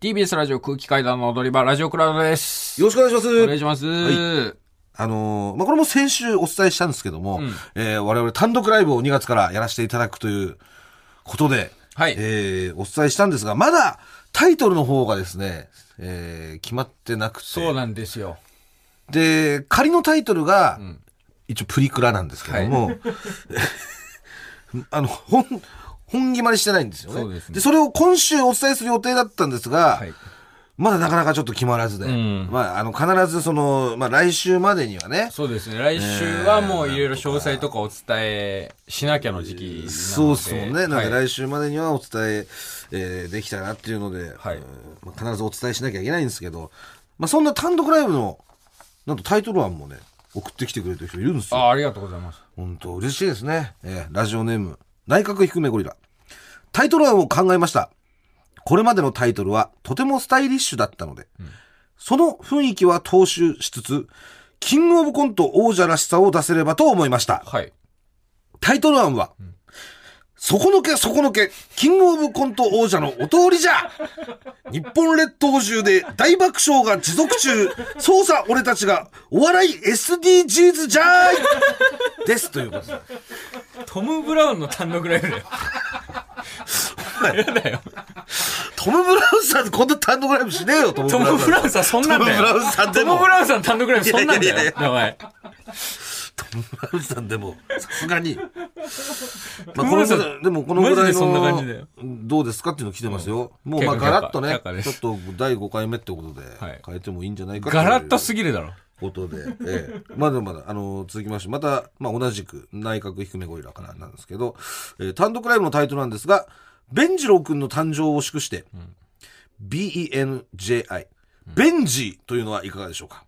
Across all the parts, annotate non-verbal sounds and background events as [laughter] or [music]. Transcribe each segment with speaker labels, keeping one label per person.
Speaker 1: TBS ラジオ空気階段の踊り場、ラジオクラウドです。
Speaker 2: よろしくお願いします。
Speaker 1: お願いします。
Speaker 2: はあのーまあ、これも先週お伝えしたんですけども、えー我々単独ライブを2月からやらせていただくということで、
Speaker 1: はい
Speaker 2: えーお伝えしたんですが、まだタイトルの方がですね、えー決まってなく
Speaker 1: そう
Speaker 2: て、
Speaker 1: なんですよ。
Speaker 2: で、仮のタイトルが、一応プリクラなんですけども、 [laughs] あの、本、本決まりしてないんですよね。
Speaker 1: そうですね
Speaker 2: それを今週お伝えする予定だったんですが、
Speaker 1: はい。
Speaker 2: まだなかなかちょっと決まらずで、
Speaker 1: ん
Speaker 2: まあ、あの、必ずその、まあ、来週までにはね、
Speaker 1: そうですね。来週はもういろいろ詳細とかお伝えしなきゃの時期なので。
Speaker 2: そうっすもんね。なんで
Speaker 1: はい
Speaker 2: 来週までにはお伝え、えーできたらなっていうので、
Speaker 1: はい
Speaker 2: うんまあ、必ずお伝えしなきゃいけないんですけど、まあ、そんな単独ライブの、なんとタイトル案もね、送ってきてくれてる人いるんですよ。
Speaker 1: あ、ありがとうございます。
Speaker 2: 本当嬉しいですね。えーラジオネーム、内閣低めゴリラ。タイトル案を考えました。これまでのタイトルはとてもスタイリッシュだったので、その雰囲気は踏襲しつつ、キングオブコント王者らしさを出せればと思いました。
Speaker 1: はい。
Speaker 2: タイトル案は、底のけ底のけ、キングオブコント王者のお通りじゃ日本列島中で大爆笑が持続中、捜査俺たちがお笑い SDGs じゃーいですということで
Speaker 1: トム・ブラウンの単独ライブだよ。
Speaker 2: トム・ブラウンさんこんな単独ライブしねえよ、トム・ブ
Speaker 1: ト
Speaker 2: ラウ
Speaker 1: ム・ブラウ
Speaker 2: ンさん。
Speaker 1: ンさんそんなんだよ。
Speaker 2: トムブラウンさんでも
Speaker 1: トム・ブラウンさん単独ライブそんなん
Speaker 2: いやい
Speaker 1: だ
Speaker 2: やいや
Speaker 1: よ
Speaker 2: い。
Speaker 1: 名前。
Speaker 2: ブラウンさんでも、さすが
Speaker 1: [laughs]
Speaker 2: に。ま
Speaker 1: ト
Speaker 2: あ、
Speaker 1: ム
Speaker 2: こ
Speaker 1: ブラウン
Speaker 2: の
Speaker 1: さん
Speaker 2: ぐらいでもこのぐら
Speaker 1: マジで
Speaker 2: い
Speaker 1: そんな感じだよ
Speaker 2: の、どうですかっていうの来てますよ。もう、まあ、
Speaker 1: 却
Speaker 2: ガラッと
Speaker 1: 却
Speaker 2: ね
Speaker 1: 下で、
Speaker 2: ちょ
Speaker 1: す
Speaker 2: っと第5回目ってことで
Speaker 1: はい、
Speaker 2: 変えてもいいんじゃないか
Speaker 1: ガラッと
Speaker 2: す
Speaker 1: すぎるだろ。
Speaker 2: ことで、ええ、まだまだ、あの、続きまして、また、まあ、同じく内閣低めゴリラからなんですけど、えー単独ライブのタイトルなんですが、ベンジロー君の誕生を祝して、BENJI、ベンジーというのはいかがでしょうか、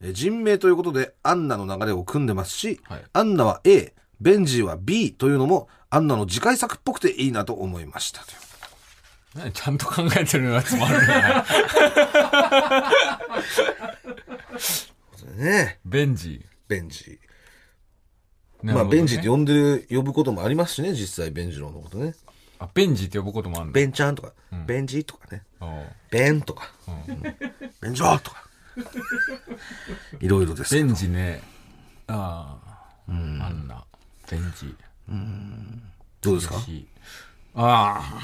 Speaker 2: えー人名ということで、アンナの流れを組んでますし、
Speaker 1: はい
Speaker 2: アンナは A、ベンジーは B というのも、アンナの次回作っぽくていいなと思いました。という
Speaker 1: 何ちゃんと考えてるやつもあるね。
Speaker 2: ことでね、
Speaker 1: ベンジ。
Speaker 2: ベンジー。
Speaker 1: な
Speaker 2: ま
Speaker 1: る
Speaker 2: あ、
Speaker 1: ほどね
Speaker 2: ベンジーって呼んでる、呼ぶこともありますしね、実際、ベンジローのことね。
Speaker 1: あ、ベンジって呼ぶこともあるんだ。
Speaker 2: ベンちゃんとか、ベンジとかね、
Speaker 1: おう
Speaker 2: ベンとか、うんベンジョーとか、いろいろです
Speaker 1: ベ。ンジね。ああ。あんな。ベンジ。
Speaker 2: どうですか
Speaker 1: しあ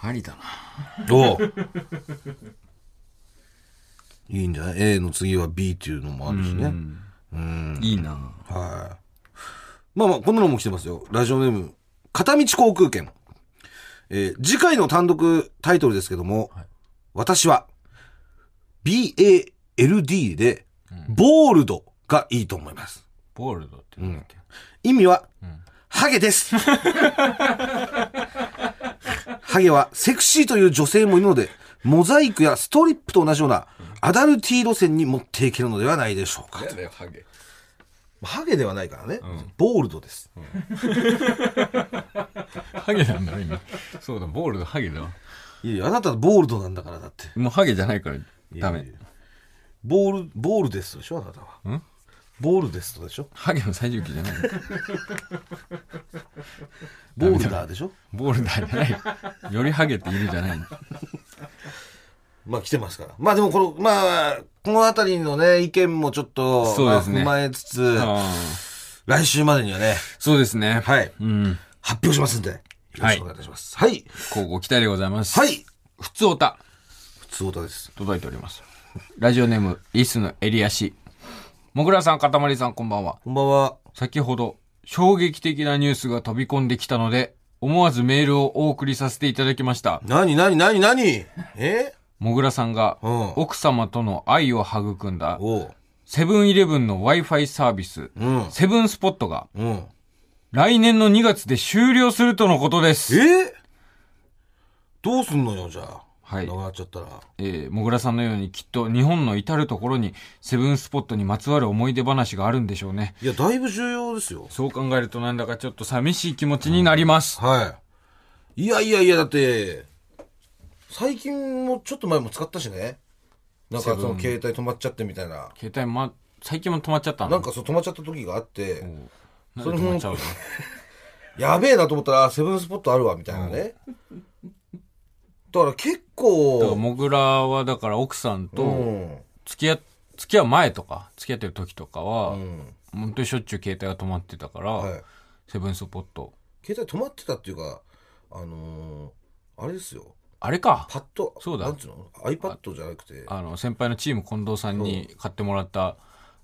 Speaker 1: あ。ありだな。
Speaker 2: どう [laughs] いいんじゃない ?A の次は B っていうのもあるしね。
Speaker 1: いいな。
Speaker 2: まあまあ、こんなのも来てますよ。ラジオネーム、片道航空券。えー次回の単独タイトルですけども、私は、BALD で、ボールドがいいと思います。
Speaker 1: ボールドってなんだっけ。
Speaker 2: 意味は、ハゲです。ハゲはセクシーという女性もいるので、モザイクやストリップと同じようなアダルティ路線に持っていけるのではないでしょうか。
Speaker 1: だよ、ハゲ。
Speaker 2: ハゲではないからね。ボールドです。
Speaker 1: ハゲなんだろ、今。そうだ、ボールド、ハゲだわ。
Speaker 2: いやいや、あなたボールドなんだからだって。
Speaker 1: もうハゲじゃないから、ダメ。
Speaker 2: ボール、ボールですでしょあなたは。ボールですとでしょ
Speaker 1: ハゲの最上級じゃない。
Speaker 2: ボールダーでしょ
Speaker 1: ボールダーじゃない。よりハゲっているじゃない。
Speaker 2: まあ来てますから。まあでもこの、まあ、このあたりのね、意見もちょっと、
Speaker 1: そうですね
Speaker 2: まあ踏まえつつ、
Speaker 1: あ
Speaker 2: 来週までにはね、
Speaker 1: ーそうですね。
Speaker 2: はい。
Speaker 1: うん。
Speaker 2: 発表しますんで、よろしくお願いいたします。はい。
Speaker 1: こうご期待でございます。。
Speaker 2: はいい。
Speaker 1: 普通おた。
Speaker 2: 普通歌です。
Speaker 1: 届いております。ラジオネーム、リスの襟足。もぐらさん、かたまりさん、こんばんは。
Speaker 2: こんばんは。
Speaker 1: 先ほど、衝撃的なニュースが飛び込んできたので、思わずメールをお送りさせていただきました。
Speaker 2: なになになになにえ
Speaker 1: もぐらさんが、
Speaker 2: うん
Speaker 1: 奥様との愛を育んだ、
Speaker 2: おう。
Speaker 1: セブンイレブンの Wi-Fi サービス、
Speaker 2: うん。
Speaker 1: セブンスポットが、
Speaker 2: うん。
Speaker 1: 来年の2月で終了するとのことです。
Speaker 2: えどうすんのよ、じゃあ。
Speaker 1: はい
Speaker 2: なくなっちゃったら。
Speaker 1: えー、もぐらさんのようにきっと日本の至るところにセブンスポットにまつわる思い出話があるんでしょうね。
Speaker 2: いや、だいぶ重要ですよ。
Speaker 1: そう考えるとなんだかちょっと寂しい気持ちになります。
Speaker 2: はい。いやいやいや、だって、最近もちょっと前も使ったしね。なんかその携帯止まっちゃってみたいな。
Speaker 1: 携帯ま、最近も止まっちゃったの
Speaker 2: なんかそう止まっちゃった時があって、
Speaker 1: なん
Speaker 2: そ
Speaker 1: で
Speaker 2: れ
Speaker 1: 止ま
Speaker 2: も
Speaker 1: っちゃうの
Speaker 2: やべえなと思ったら、あセブンスポットあるわ、みたいなね。だから結
Speaker 1: だから
Speaker 2: 構、
Speaker 1: モグラはだから奥さんと
Speaker 2: ん。
Speaker 1: 付き合っ付き合う前とか付き合ってる時とか
Speaker 2: う
Speaker 1: は、
Speaker 2: ん。
Speaker 1: 本当にしょっちゅう携帯が止まってたから、
Speaker 2: はい。
Speaker 1: セブンスポット
Speaker 2: 携帯止まってたっていうか、あのー、あれですよ。
Speaker 1: あれか
Speaker 2: パッド、
Speaker 1: そうだ
Speaker 2: なんつうの ?iPad じゃなくて、
Speaker 1: あの先輩のチーム近藤さんに買ってもらった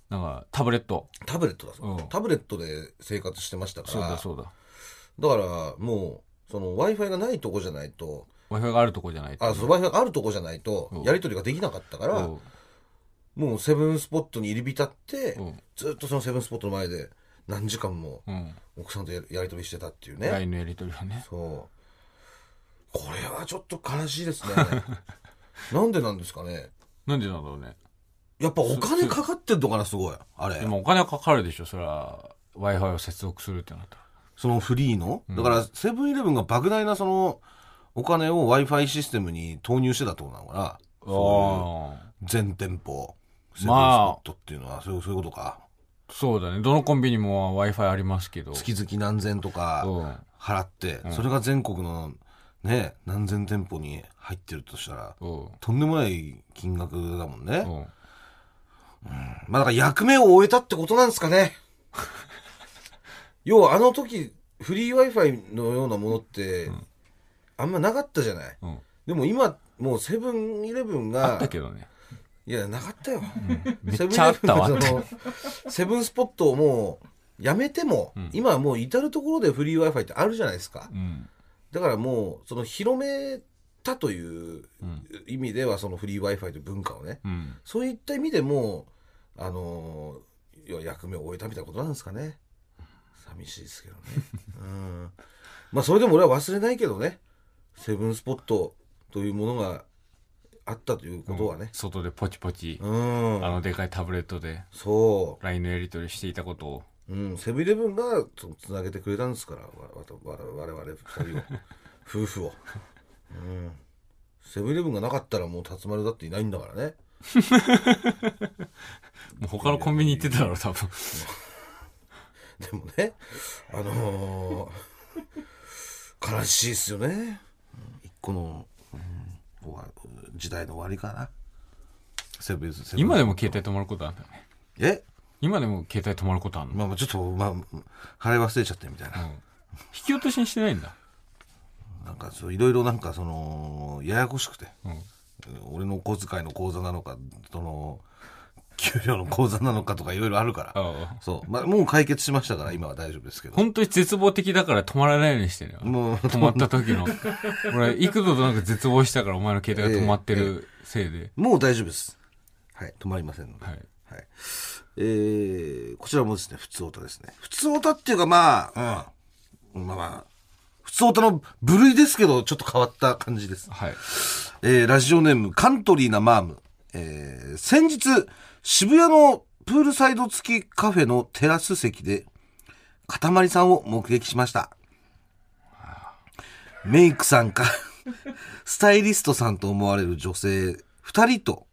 Speaker 1: なんかタブレット
Speaker 2: タブレットだそう、
Speaker 1: うん
Speaker 2: タブレットで生活してましたから、
Speaker 1: そうだそうだ
Speaker 2: だからもう、その Wi-Fi がないとこじゃないと、
Speaker 1: w i f i があるとこじゃないと
Speaker 2: あ、そう Wi-Fi があるとこじゃないと
Speaker 1: うん、
Speaker 2: やり取りができなかったから、
Speaker 1: うん
Speaker 2: もうセブンスポットに入り浸って
Speaker 1: うん、
Speaker 2: ずっとそのセブンスポットの前で、何時間も
Speaker 1: うん
Speaker 2: 奥さんとややり取りしてたっていうね。
Speaker 1: LINE のやり取りはね
Speaker 2: そう。これはちょっと悲しいです
Speaker 1: [laughs]
Speaker 2: ね。なんでなんですかね。
Speaker 1: なんでなんだろうね
Speaker 2: やっぱお金かかってんのかな、すごい。あれ
Speaker 1: で。もお金はかかるでしょそれは w i f i を接続するってなったら
Speaker 2: そのフリーの。だから、セブンイレブンが莫大なその、お金を Wi-Fi システムに投入してたってことなのかな。そう
Speaker 1: ああ
Speaker 2: いう全店舗、セブンスポ
Speaker 1: まあ
Speaker 2: ットっていうのは、そういうそういうことか。
Speaker 1: そうだねどのコンビニも w i f i ありますけど
Speaker 2: 月々何千とか
Speaker 1: うん
Speaker 2: 払って、それが全国のね、何千店舗に入ってるとしたら、
Speaker 1: うん
Speaker 2: とんでもない金額だもんね。
Speaker 1: うん
Speaker 2: まあだから役目を終えたってことなんです
Speaker 1: [laughs]
Speaker 2: かね。要はあの時、フリー Wi-Fi のようなものって、あんまなかったじゃない。
Speaker 1: うん
Speaker 2: でも今、もうセブンイレブン
Speaker 1: あっ
Speaker 2: が
Speaker 1: た、けどね
Speaker 2: いや、なかったよ。
Speaker 1: めっちゃあったわ
Speaker 2: セブンイレブンがそのセブンスポットをもう、やめても、今はもう至るところでフリー Wi-Fi ってあるじゃないですか。
Speaker 1: うん
Speaker 2: だからもう、その広めたという
Speaker 1: うん
Speaker 2: 意味では、そのフリー Wi-Fi という文化をね、
Speaker 1: うん
Speaker 2: そういった意味でもう、あのー要は役目を終えたみたいなことなんですかね。寂しいですけ [laughs] どね。うん。まあ、それでも俺は忘れないけどね。セブンスポットというものがあったということはね。
Speaker 1: 外でポチポチ
Speaker 2: うん。
Speaker 1: あのでかいタブレットで
Speaker 2: そ
Speaker 1: LINE のやり取りしていたことを
Speaker 2: う。うん。セブンイレブンがそのつなげてくれたんですから、わわわ我々二 [laughs] 人を。夫婦を。うん。セブンイレブンがなかったらもう辰丸だっていないんだからね。
Speaker 1: もう他のコンビニ行ってただろう多分
Speaker 2: でもね、あのー、悲しいですよね。一個の、うん終わ時代の終わりかな。セブンセブン
Speaker 1: 今でも携帯止まることあんだね
Speaker 2: え
Speaker 1: 今でも携帯止まることあんの、
Speaker 2: まあまあちょっと、まあ、払い忘れちゃってみたいな。
Speaker 1: うん、引き落としにしてないんだ、
Speaker 2: なんかそう、いろいろなんかその、ややこしくて。
Speaker 1: うん、
Speaker 2: 俺のお小遣いの口座なのか、その、給料の口座なのかとかいろいろあるから。
Speaker 1: ああ
Speaker 2: そう。まあ、もう解決しましたから、今は大丈夫ですけど。
Speaker 1: 本当に絶望的だから止まらないようにしてるよ
Speaker 2: もう、
Speaker 1: 止まった時の俺幾度となく絶望したからお前の携帯が止まってるせいで、
Speaker 2: もう大丈夫です。はい、止まりませんので。
Speaker 1: はい
Speaker 2: はい。えー、こちらもですね、普通オタですね。普通オタっていうか、まあ、うん。まあまあ、普通オタの部類ですけど、ちょっと変わった感じです。
Speaker 1: はい
Speaker 2: えー、ラジオネーム、カントリーなマーム。えー、先日、渋谷のプールサイド付きカフェのテラス席で、かたまりさんを目撃しました。メイクさんか、 [laughs] スタイリストさんと思われる女性2人と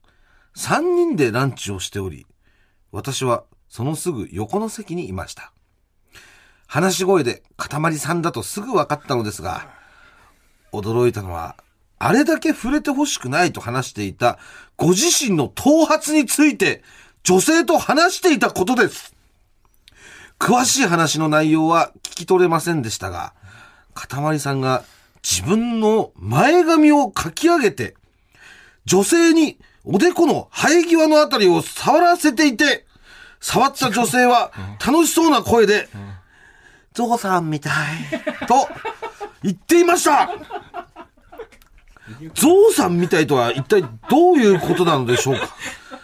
Speaker 2: 3人でランチをしており、私はそのすぐ横の席にいました。話し声で、かたまりさんだとすぐ分かったのですが、驚いたのは、あれだけ触れてほしくないと話していた、ご自身の頭髪について、女性と話していたことです。詳しい話の内容は聞き取れませんでしたが、かたまりさんが自分の前髪をかき上げて、女性におでこの生え際のあたりを触らせていて、触った女性は楽しそうな声で、ゾウさんみたい、と言っていましたゾウさんみたいとは一体どういうことなのでしょうか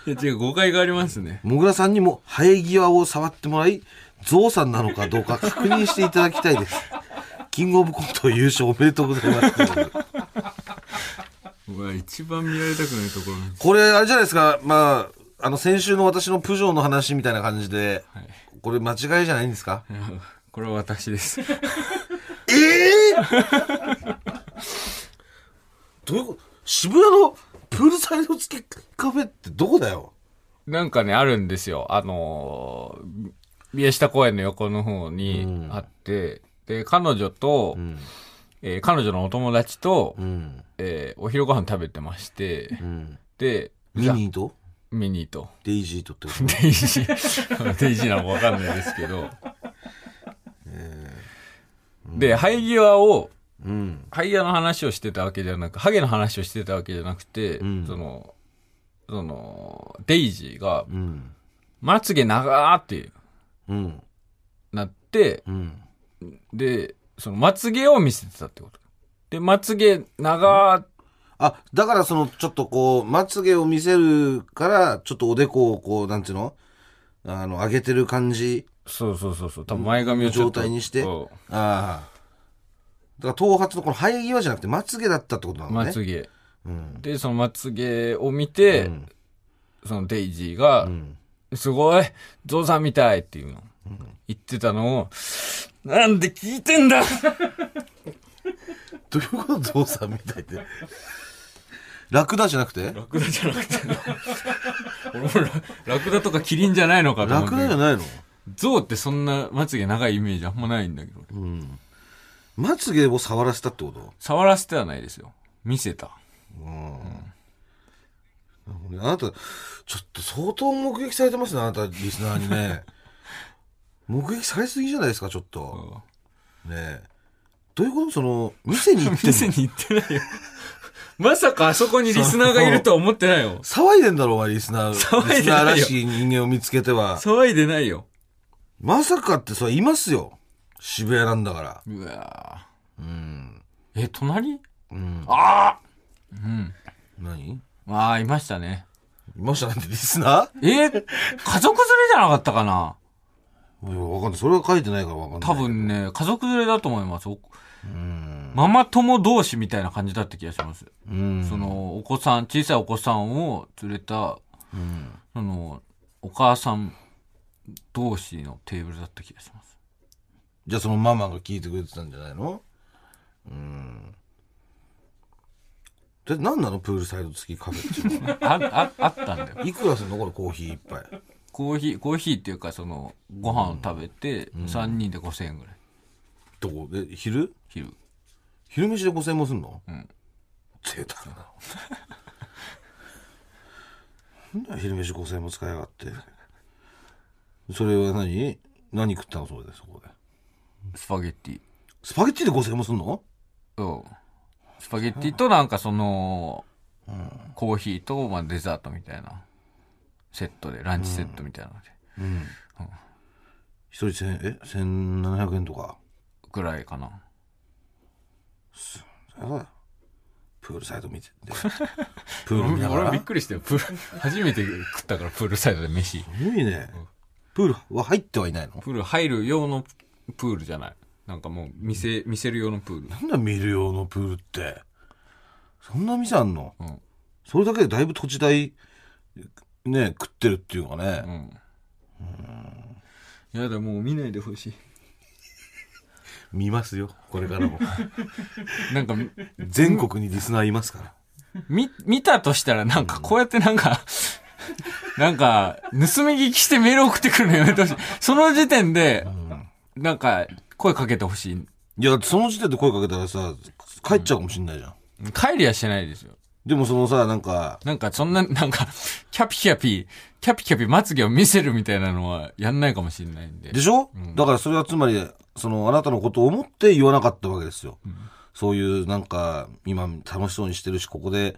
Speaker 1: いや違う誤解がありますね
Speaker 2: もぐらさんにも生え際を触ってもらい、ゾウさんなのかどうか確認していただきたいです。キングオブコント優勝おめでとうございます。
Speaker 1: うわ一番見られたくないところなんです
Speaker 2: これ、あれじゃないですか、まあ、あの、先週の私のプジョーの話みたいな感じで、
Speaker 1: はい
Speaker 2: これ間違いじゃないんですか
Speaker 1: いや [laughs] これは私です
Speaker 2: ええどういうこと渋谷のプールサイド付きカフェってどこだよ
Speaker 1: なんかね、あるんですよ。あのー、宮下公園の横の方にあって、で、彼女と、えー彼女のお友達と、
Speaker 2: うん。
Speaker 1: えーお昼ご飯食べてまして、
Speaker 2: うん。
Speaker 1: で、
Speaker 2: ミニーと
Speaker 1: ミニーと。 [laughs]
Speaker 2: デイジーとってこと
Speaker 1: デイジ [laughs] ー、デイジーなのかわかんないですけど。で、ハイギアを、
Speaker 2: うん。
Speaker 1: ハイギアの話をしてたわけじゃなく、ハゲの話をしてたわけじゃなくて、
Speaker 2: ん
Speaker 1: その、その、デイジーが、
Speaker 2: うん。
Speaker 1: まつげ長ーって
Speaker 2: うん。
Speaker 1: なって、
Speaker 2: うん。
Speaker 1: で、その、まつげを見せてたってこと。で、まつげ長ー、
Speaker 2: あ、だからその、ちょっとこう、まつげを見せるから、ちょっとおでこをこう、なんていうのあの、上げてる感じ。
Speaker 1: そうそうそうそう、多分前髪をちょっと
Speaker 2: 状態にして
Speaker 1: そ
Speaker 2: ああ。だから頭髪のこの生え際じゃなくて、まつげだったってことな
Speaker 1: う
Speaker 2: のね。
Speaker 1: まつげ。
Speaker 2: うん。
Speaker 1: で、そのまつげを見て、
Speaker 2: うん
Speaker 1: そのデイジーが、
Speaker 2: うん。
Speaker 1: すごい、ゾウさんみたいっていうの。言ってたのを、なんで聞いてんだ
Speaker 2: どういうことゾウさんみたいで。ラクダじゃなくて
Speaker 1: ラクダじゃなくて。俺もララクダとかキリンじゃないのかと
Speaker 2: ラ
Speaker 1: 思っ
Speaker 2: ク
Speaker 1: て。
Speaker 2: ダじゃないの
Speaker 1: ゾウってそんなまつげ長いイメージあんまないんだけど。
Speaker 2: うん。まつげを触らせたってこと
Speaker 1: 触らせてはないですよ。見せた。
Speaker 2: うん。あなた、ちょっと相当目撃されてますね、あなた、リスナーにね。 [laughs] 目撃されすぎじゃないですか、ちょっと。ねえどういうことその、
Speaker 1: [laughs]
Speaker 2: 店に行ってんの
Speaker 1: 店に行ってないよ。 [laughs] まさかあそこにリスナーがいるとは思ってないよ。
Speaker 2: 騒いでんだろうが、リスナー。
Speaker 1: 騒いでないよ
Speaker 2: リスナーらしい人間を見つけては。
Speaker 1: 騒いでないよ。
Speaker 2: まさかって、それいますよ。渋谷なんだから。
Speaker 1: うわ
Speaker 2: うん。
Speaker 1: ぁえ、隣
Speaker 2: うん。
Speaker 1: ああうん。
Speaker 2: 何い
Speaker 1: ああ、いましたね。
Speaker 2: ましたなんてリスナ
Speaker 1: えー家族連れじゃなかったかな
Speaker 2: ーいや、わかんない。それは書いてないからわかんない。
Speaker 1: 多。分ね、家族連れだと思います。お
Speaker 2: うん。
Speaker 1: ママ友同士みたいな感じだった気がします。
Speaker 2: うん。
Speaker 1: そ、の、お子さん、小さいお子さんを連れた、
Speaker 2: うん。
Speaker 1: その、お母さん同士のテーブルだった気がします。
Speaker 2: じゃあそのママが聞いてくれてたんじゃないのうん。で、何なのプールサイド付きカフェっていうのは
Speaker 1: あ、あ、あったんだよ。
Speaker 2: [laughs] いくらするのこれコーヒー一杯。
Speaker 1: コーヒー、コーヒーっていうか、その、ご飯を食べて、3人で5000円ぐらい。
Speaker 2: どこで、昼
Speaker 1: 昼。
Speaker 2: 昼飯で5000円もすんの
Speaker 1: ん
Speaker 2: 贅沢だな。なんだよ昼飯5000円も使いやがって。それは何何食ったのそれで、そこで。
Speaker 1: スパゲッティ。
Speaker 2: スパゲッティで5000円もすんの
Speaker 1: そう。スパゲッティとなんかその、コーヒーと、まあ、デザートみたいな。セットで、ランチセットみたいなので。
Speaker 2: うん。一人1000え、1700円とか。
Speaker 1: ぐらいかな。
Speaker 2: あプールサイド [laughs] 見ててプール見ながら
Speaker 1: くりしたよ。プ [laughs] ール、初めて食ったから、プールサイドで飯。
Speaker 2: いいねプールは入ってはいないの
Speaker 1: プール入る用のプールじゃない。なんかもう、見せ、見せる用のプール。
Speaker 2: なんだ見る用のプールってそんな店あんの
Speaker 1: うん。
Speaker 2: それだけでだいぶ土地代ね食ってるっていうかね、
Speaker 1: うん。やだ、もう見ないでほし
Speaker 2: 見ますよこれからも
Speaker 1: い。なんか、
Speaker 2: [laughs] 全国にリスナーいますから
Speaker 1: み、見たとしたら、なんか、こうやってなんか、 [laughs] なんか、盗み聞きしてメール送ってくるのやめてほしい。その時点で、なんか、声かけてほしい。
Speaker 2: いやその時点で声かけたらさ帰っちゃうかもしんないじゃん、
Speaker 1: 帰りはしてないですよ。
Speaker 2: でもそのさなんか
Speaker 1: なんか、そんな、なんか、キャピキャピ、キャピキャピまつげを見せるみたいなのはやんないかもしれないんで。
Speaker 2: でしょ、だからそれはつまりそのあなたのことを思って言わなかったわけですよ、そういうなんか今楽しそうにしてるしここで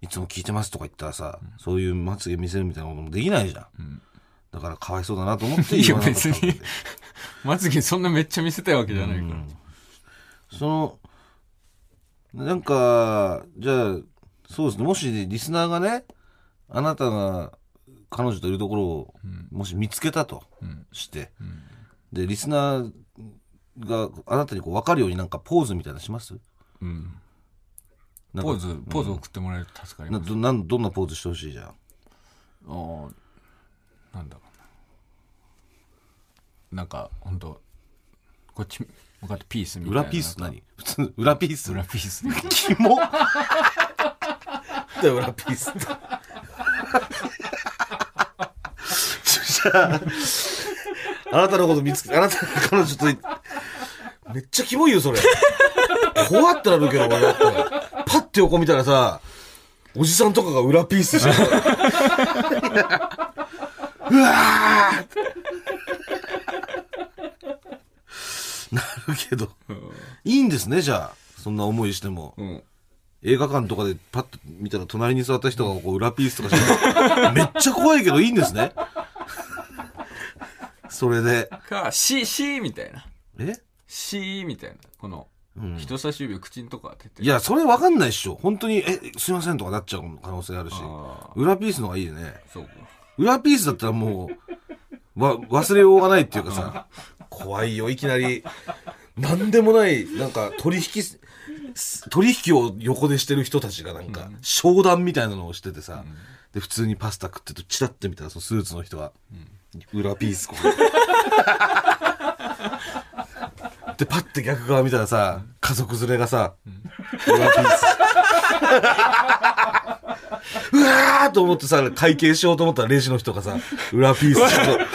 Speaker 2: いつも聞いてますとか言ったらさ、そういうまつげ見せるみたいなこともできないじゃん、だからかわいそうだなと思って言わなかったわけ
Speaker 1: [laughs] い
Speaker 2: で
Speaker 1: や別まつげそんなめっちゃ見せたいわけじゃないから。
Speaker 2: そのなんかじゃあそうですねもしリスナーがねあなたが彼女といるところをもし見つけたとして、でリスナーがあなたにこう分かるようになんかポーズみたいなのします
Speaker 1: うん。
Speaker 2: なんか
Speaker 1: ポーズ、ポーズ送ってもらえると助かり
Speaker 2: な
Speaker 1: ます。
Speaker 2: どなんどんなポーズしてほしいじゃん
Speaker 1: あーなんだろうな。なんか、ほんと、こっち向かってピースみたいな。
Speaker 2: 裏ピース何 [laughs] 普通裏ピース
Speaker 1: 裏ピースみたいな。
Speaker 2: キモだよ裏ピー [laughs] スってじゃああなたのこと見つけあなたの彼女といめっちゃキモいよそれ怖ってなるけど、俺だったら。パッて横見たらさ、おじさんとかが裏ピースして [laughs] るうわーってなるけど。いいんですね、じゃあ。そんな思いしても。
Speaker 1: うん。
Speaker 2: 映画館とかでパッと見たら隣に座った人がこう裏ピースとかしてるめっちゃ怖いけどいいんですね。それで。
Speaker 1: か、シー、シーみたいな。
Speaker 2: え
Speaker 1: シーみたいな。この、
Speaker 2: うん。
Speaker 1: 人差し指を口のとこ当てて。
Speaker 2: いや、それわかんないっしょ。本当に、え、すいませんとかなっちゃう可能性あるし。
Speaker 1: あ
Speaker 2: 裏ピースの方がいいよね。
Speaker 1: ー、そうか。
Speaker 2: 裏ピースだったらもう、わ、忘れようがないっていうかさ、怖いよ、いきなり。なんでもない、なんか取引す、取引を横でしてる人たちがなんか、商談みたいなのをしててさ、で、普通にパスタ食ってて、チラッて見たら、そのスーツの人が、裏ピースこ [laughs] う。で、パッて逆側見たらさ、家族連れがさ、裏ピー [laughs] ス。うわーと思ってさ、会計しようと思ったらレジの人がさ、裏ピースちょっと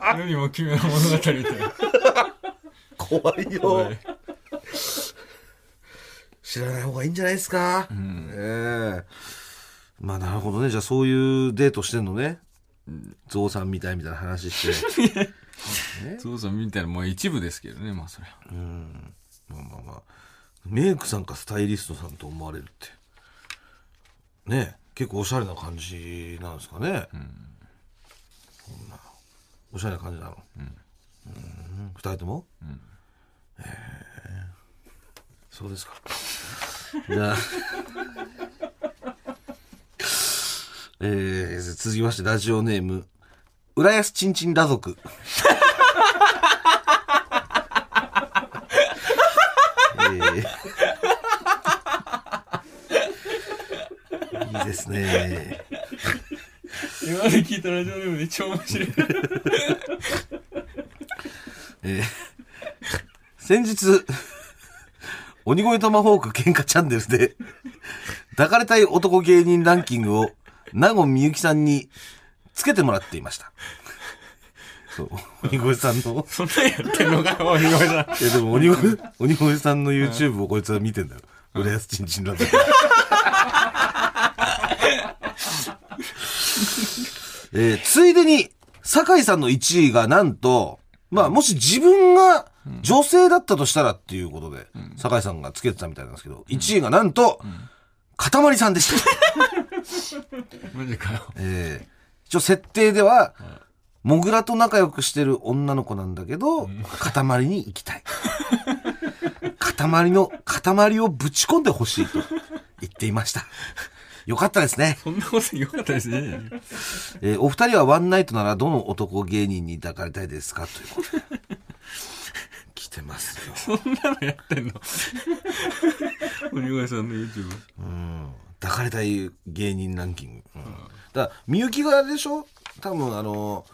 Speaker 1: 何も君の物語みたいな。
Speaker 2: 怖いよ。知らない方がいいんじゃないですか。ええまあなるほどね。じゃあそういうデートしてんのね。ゾウさんみたいみたいな話して。
Speaker 1: [laughs]
Speaker 2: [laughs]
Speaker 1: そうそう、みたいな、もう一部ですけどね、まあそれは。
Speaker 2: まあまあまあ。メイクさんかスタイリストさんと思われるって。ねえ結構おしゃれな感じなんですかね。そんなおしゃれな感じなの。うん二人とも、ええそうですか。じゃあ。えー、続きましてラジオネーム、浦安ちんちんら族。えーいいですね。
Speaker 1: 今まで聞いたラジオネームで超面白い。
Speaker 2: えー先日、鬼越トマホーク喧嘩チャンネルで、抱かれたい男芸人ランキングを、名護みゆきさんにつけてもらっていました。そう、鬼越さん
Speaker 1: [laughs]
Speaker 2: の、
Speaker 1: そんなんやってんのかよ、おいごめんなさい
Speaker 2: えでも鬼越、鬼越さんの YouTube をこいつは見てんだよ。浦安ちんちんなんだから [laughs] えーついでに、酒井さんの1位がなんと、まあ、もし自分が女性だったとしたらっていうことで、酒井さんがつけてたみたいなんですけど、1位がなんと、かたまりさんでした。
Speaker 1: マジかよ。
Speaker 2: えー一応設定では、モグラと仲良くしてる女の子なんだけど、塊に行きたい。塊の、塊をぶち込んでほしいと言っていました。よかったですね。
Speaker 1: そんなことよかったですね。
Speaker 2: えーお二人はワンナイトならどの男芸人に抱かれたいですかということで。来てますよ。
Speaker 1: そんなのやってんの。鬼越さんの YouTube。
Speaker 2: うん。抱かれたい芸人ランキング。うん、だから、みゆきがあれでしょ多分あの、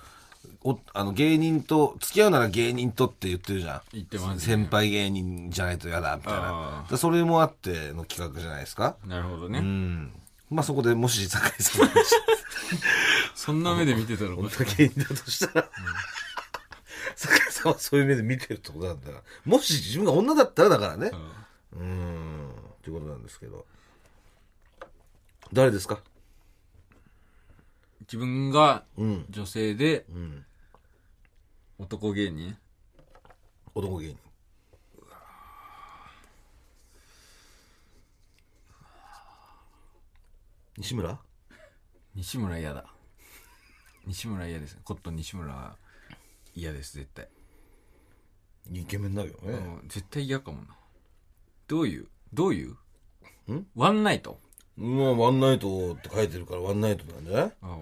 Speaker 2: おあの芸人と、付き合うなら芸人とって言ってるじゃん。
Speaker 1: 言ってますね
Speaker 2: 先輩芸人じゃないと嫌だ、みたいな。だ
Speaker 1: ああ
Speaker 2: からそれもあっての企画じゃないですか。
Speaker 1: なるほどね。
Speaker 2: うん。まあそこでもし酒井さんが
Speaker 1: そんな目で見てたら、こ
Speaker 2: 芸人だとした
Speaker 1: [laughs]
Speaker 2: ら、酒井さんはそういう目で見てるってことなんだな。もし自分が女だったらだからね。うん。っていうことなんですけど。誰ですか
Speaker 1: 自分が
Speaker 2: うん。
Speaker 1: 女性で
Speaker 2: うん。
Speaker 1: 男芸人
Speaker 2: 男芸人。西村
Speaker 1: 西村嫌だ。西村嫌ですね。コットン西村は嫌です、絶対。
Speaker 2: イケメンだけどね
Speaker 1: うん絶対嫌かもな。どういうどういうんワンナイト
Speaker 2: まあ、ワンナイトって書いてるからワンナイトなんじゃない
Speaker 1: あ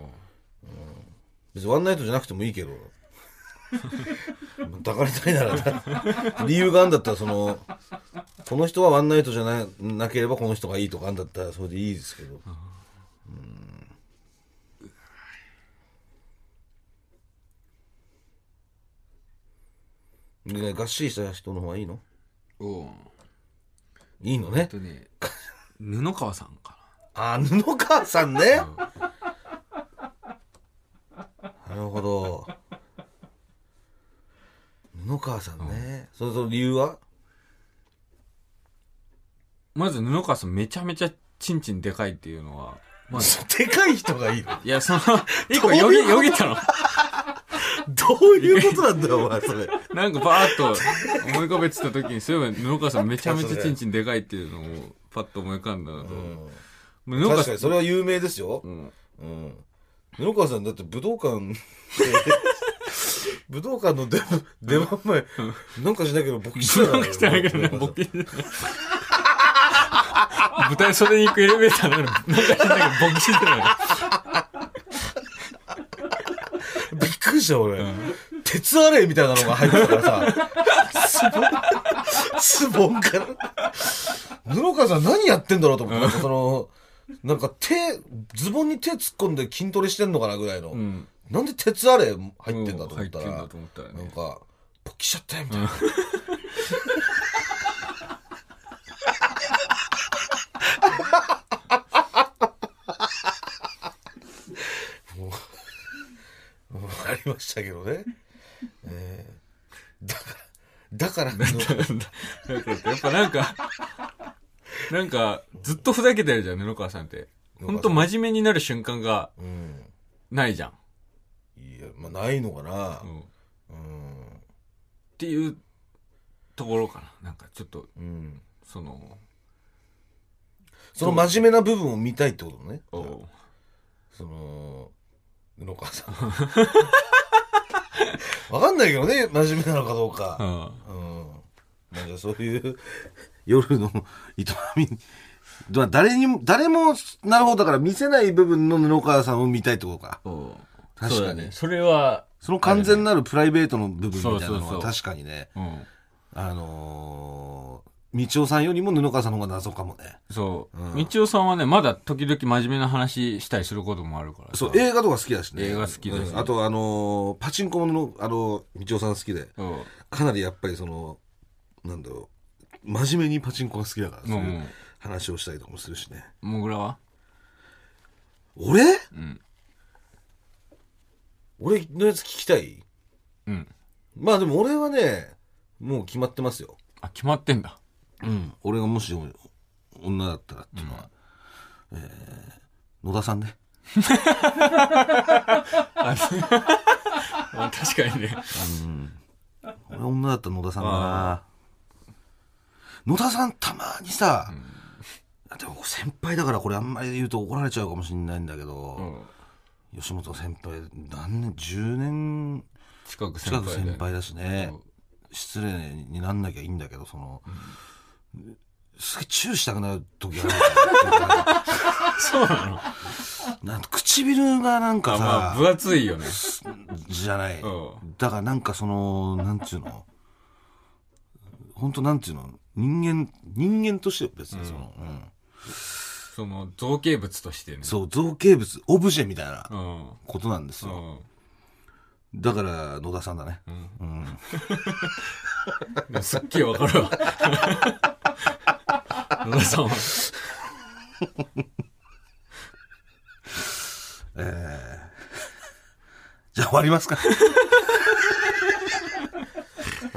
Speaker 2: 別にワンナイトじゃなくてもいいけど。 [laughs] 抱かれたいならな理由があんだったらそのこの人はワンナイトじゃななければこの人がいいとかあんだったらそれでいいですけどうんねがっしりした人の方がいいの
Speaker 1: あ。おう
Speaker 2: いいの
Speaker 1: え
Speaker 2: ね
Speaker 1: っとね、布川さんか
Speaker 2: あ布川さんねなるほど布布川さんね。そのその理由は
Speaker 1: まず布川さんめちゃめちゃチンチンでかいっていうのは、まず、
Speaker 2: [laughs] でかい人がい
Speaker 1: [laughs]
Speaker 2: いの
Speaker 1: いや、その、一個よ
Speaker 2: どうい
Speaker 1: ぎ、
Speaker 2: うこと
Speaker 1: よぎったの。
Speaker 2: どういうことなんだよ、お前、それ。
Speaker 1: なんかバーッと思い浮かべてた時に、そういえば布川さんめちゃめちゃチンチンでかいっていうのをパッと思い浮かんだのと、布川
Speaker 2: 確
Speaker 1: さ
Speaker 2: か
Speaker 1: ん
Speaker 2: に、それは有名ですよ。
Speaker 1: うん
Speaker 2: うん。布川さん、だって武道館で、武道館の出番出番前、なんかしないけど、勃起してた
Speaker 1: なんかしてないけどね、ボケ。舞台袖に行くエレベーターなのに、なんかしてないけど、ボケしてない。
Speaker 2: びっくりした、俺。鉄アレイみたいなのが入ってたからさ、ズボン、ズボンから。布川さん何やってんだろうと思って、なんかその、なんか手、ズボンに手突っ込んで筋トレしてんのかなぐらいの。
Speaker 1: うん。
Speaker 2: なんで鉄アレイ入ってんだと思った
Speaker 1: 入ってんだ
Speaker 2: ら
Speaker 1: と、思ったら
Speaker 2: な
Speaker 1: ね [laughs]
Speaker 2: ん。か、ポッキしちゃったよみたいな。もう、もうありましたけどね。えー
Speaker 1: [laughs]
Speaker 2: だから、だから、
Speaker 1: だからやっぱなんか、なんか、ずっとふざけてるじゃん、布川さんって。ほんと真面目になる瞬間が
Speaker 2: うん。
Speaker 1: ないじゃん。
Speaker 2: いや、まあ、ないのかな
Speaker 1: う。ん、っ
Speaker 2: うん。
Speaker 1: ていうところかな。なんかちょっと、
Speaker 2: うん。
Speaker 1: その、
Speaker 2: その真面目な部分を見たいってことね。
Speaker 1: おう
Speaker 2: その、布川さん。 [laughs] わかんないけどね、真面目なのかどう
Speaker 1: う
Speaker 2: か。
Speaker 1: ん。
Speaker 2: うん。まあじゃあそういう夜の営み、まあ誰にも、誰も、なるほど、だから見せない部分の布川さんを見たいってことか。
Speaker 1: おう
Speaker 2: 確かに
Speaker 1: そうだね。それは、
Speaker 2: その完全なるプライベートの部分みたいな
Speaker 1: そう
Speaker 2: の
Speaker 1: そうそ
Speaker 2: は
Speaker 1: う
Speaker 2: 確かにね、
Speaker 1: うん。
Speaker 2: あのー、道夫さんよりも布川さんの方が謎かもね。
Speaker 1: そう。
Speaker 2: うん
Speaker 1: みちおさんはね、まだ時々真面目な話したりすることもあるからさ。
Speaker 2: そう、映画とか好きだしね。
Speaker 1: 映画好きだし
Speaker 2: うんあと、あのーパチンコもの、あのー、道夫さん好きで。
Speaker 1: うん。
Speaker 2: かなりやっぱりそのなんだろう真面目にパチンコが好きだから
Speaker 1: う。
Speaker 2: そういうん話をしたりとかもするしね
Speaker 1: もぐらは
Speaker 2: 俺
Speaker 1: うん。
Speaker 2: 俺のやつ聞きたい
Speaker 1: うん。
Speaker 2: まあでも俺はねもう決まってますよ
Speaker 1: あ、決まってんだ。
Speaker 2: うん俺がもし女だったらっていうのは、えー野田さんね
Speaker 1: あ確かにね。
Speaker 2: 俺女だったら野田さんだな野田さんたまにさ、でも先輩だからこれあんまり言うと怒られちゃうかもしれないんだ
Speaker 1: [laughs]
Speaker 2: け
Speaker 1: う
Speaker 2: ど、
Speaker 1: ん。
Speaker 2: 吉本先輩何年10年
Speaker 1: 近く先
Speaker 2: 近
Speaker 1: 輩
Speaker 2: く
Speaker 1: だよ
Speaker 2: 先輩だしね
Speaker 1: うん
Speaker 2: 失礼になんなきゃいいんだけどその、すげえチューしたくなる時あるそうなのなんか [laughs] 唇がなんか
Speaker 1: あ
Speaker 2: さ、
Speaker 1: まあ、分厚いよね。
Speaker 2: じゃない、
Speaker 1: うん
Speaker 2: だからなんかそのなんていうの本当なんていうの人間人間としては別にその、うん
Speaker 1: その、造形物としてね。
Speaker 2: そう造形物オブジェみたいな
Speaker 1: うん。
Speaker 2: ことなんです
Speaker 1: う
Speaker 2: よ、
Speaker 1: ん。
Speaker 2: だから野田さんだね、うん
Speaker 1: でもすっげえわかるわ。野田さんは。
Speaker 2: えー [laughs] じゃあ終わりますか。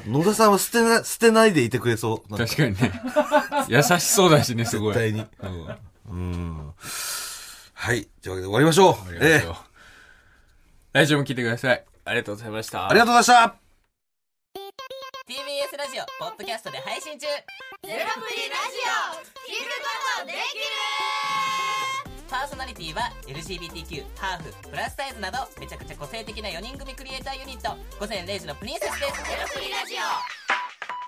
Speaker 2: 野田さんは捨てな、捨てないでいてくれそう。なんか
Speaker 1: 確かにね。優しそうだしね、すごい。
Speaker 2: 絶対に。
Speaker 1: うん。あ
Speaker 2: うん。はい。というわけで終わりましょう。
Speaker 1: りがとう
Speaker 2: ええ
Speaker 1: 来週も聞いてください。ありがとうございました。
Speaker 2: ありがとうございました
Speaker 3: TBS ラジオポッドキャストで配信中ゼロプリラジオ聞くことできるパーソナリティは LGBTQ ハーフプラスサイズなどめちゃくちゃ個性的な4人組クリエイターユニット午前0時のプリンセスですゼロプリラジ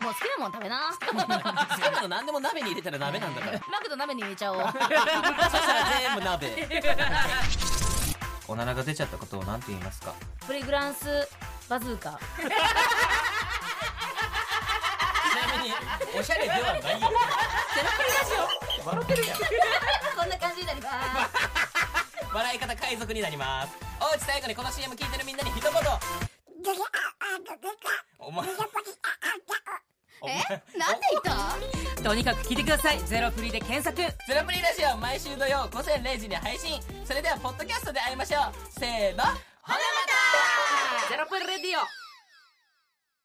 Speaker 4: もう好きなもん食べな。
Speaker 3: オ好きなの何でも鍋に入れたら鍋なんだ [laughs] から
Speaker 4: [laughs] マクド鍋に入れちゃおう。 [laughs]
Speaker 3: そしたら全部鍋おならが出ちゃったことを何て言いますか
Speaker 4: プレグランスバズー [laughs] カ。
Speaker 3: ちなみにおしゃれではないよゼロプリラジオ笑ってるやん
Speaker 4: こんな感じになります。
Speaker 3: 笑い方海賊になりますおうち最後にこの CM 聞いてるみんなに一言お前お前
Speaker 4: なんで言 [laughs] ったとにかく聞いてください。ゼロフリで検索。
Speaker 3: ゼロプリラジオ毎週土曜午前0時に配信それではポッドキャストで会いましょうせーのほなまた
Speaker 4: ゼロプリレディオ。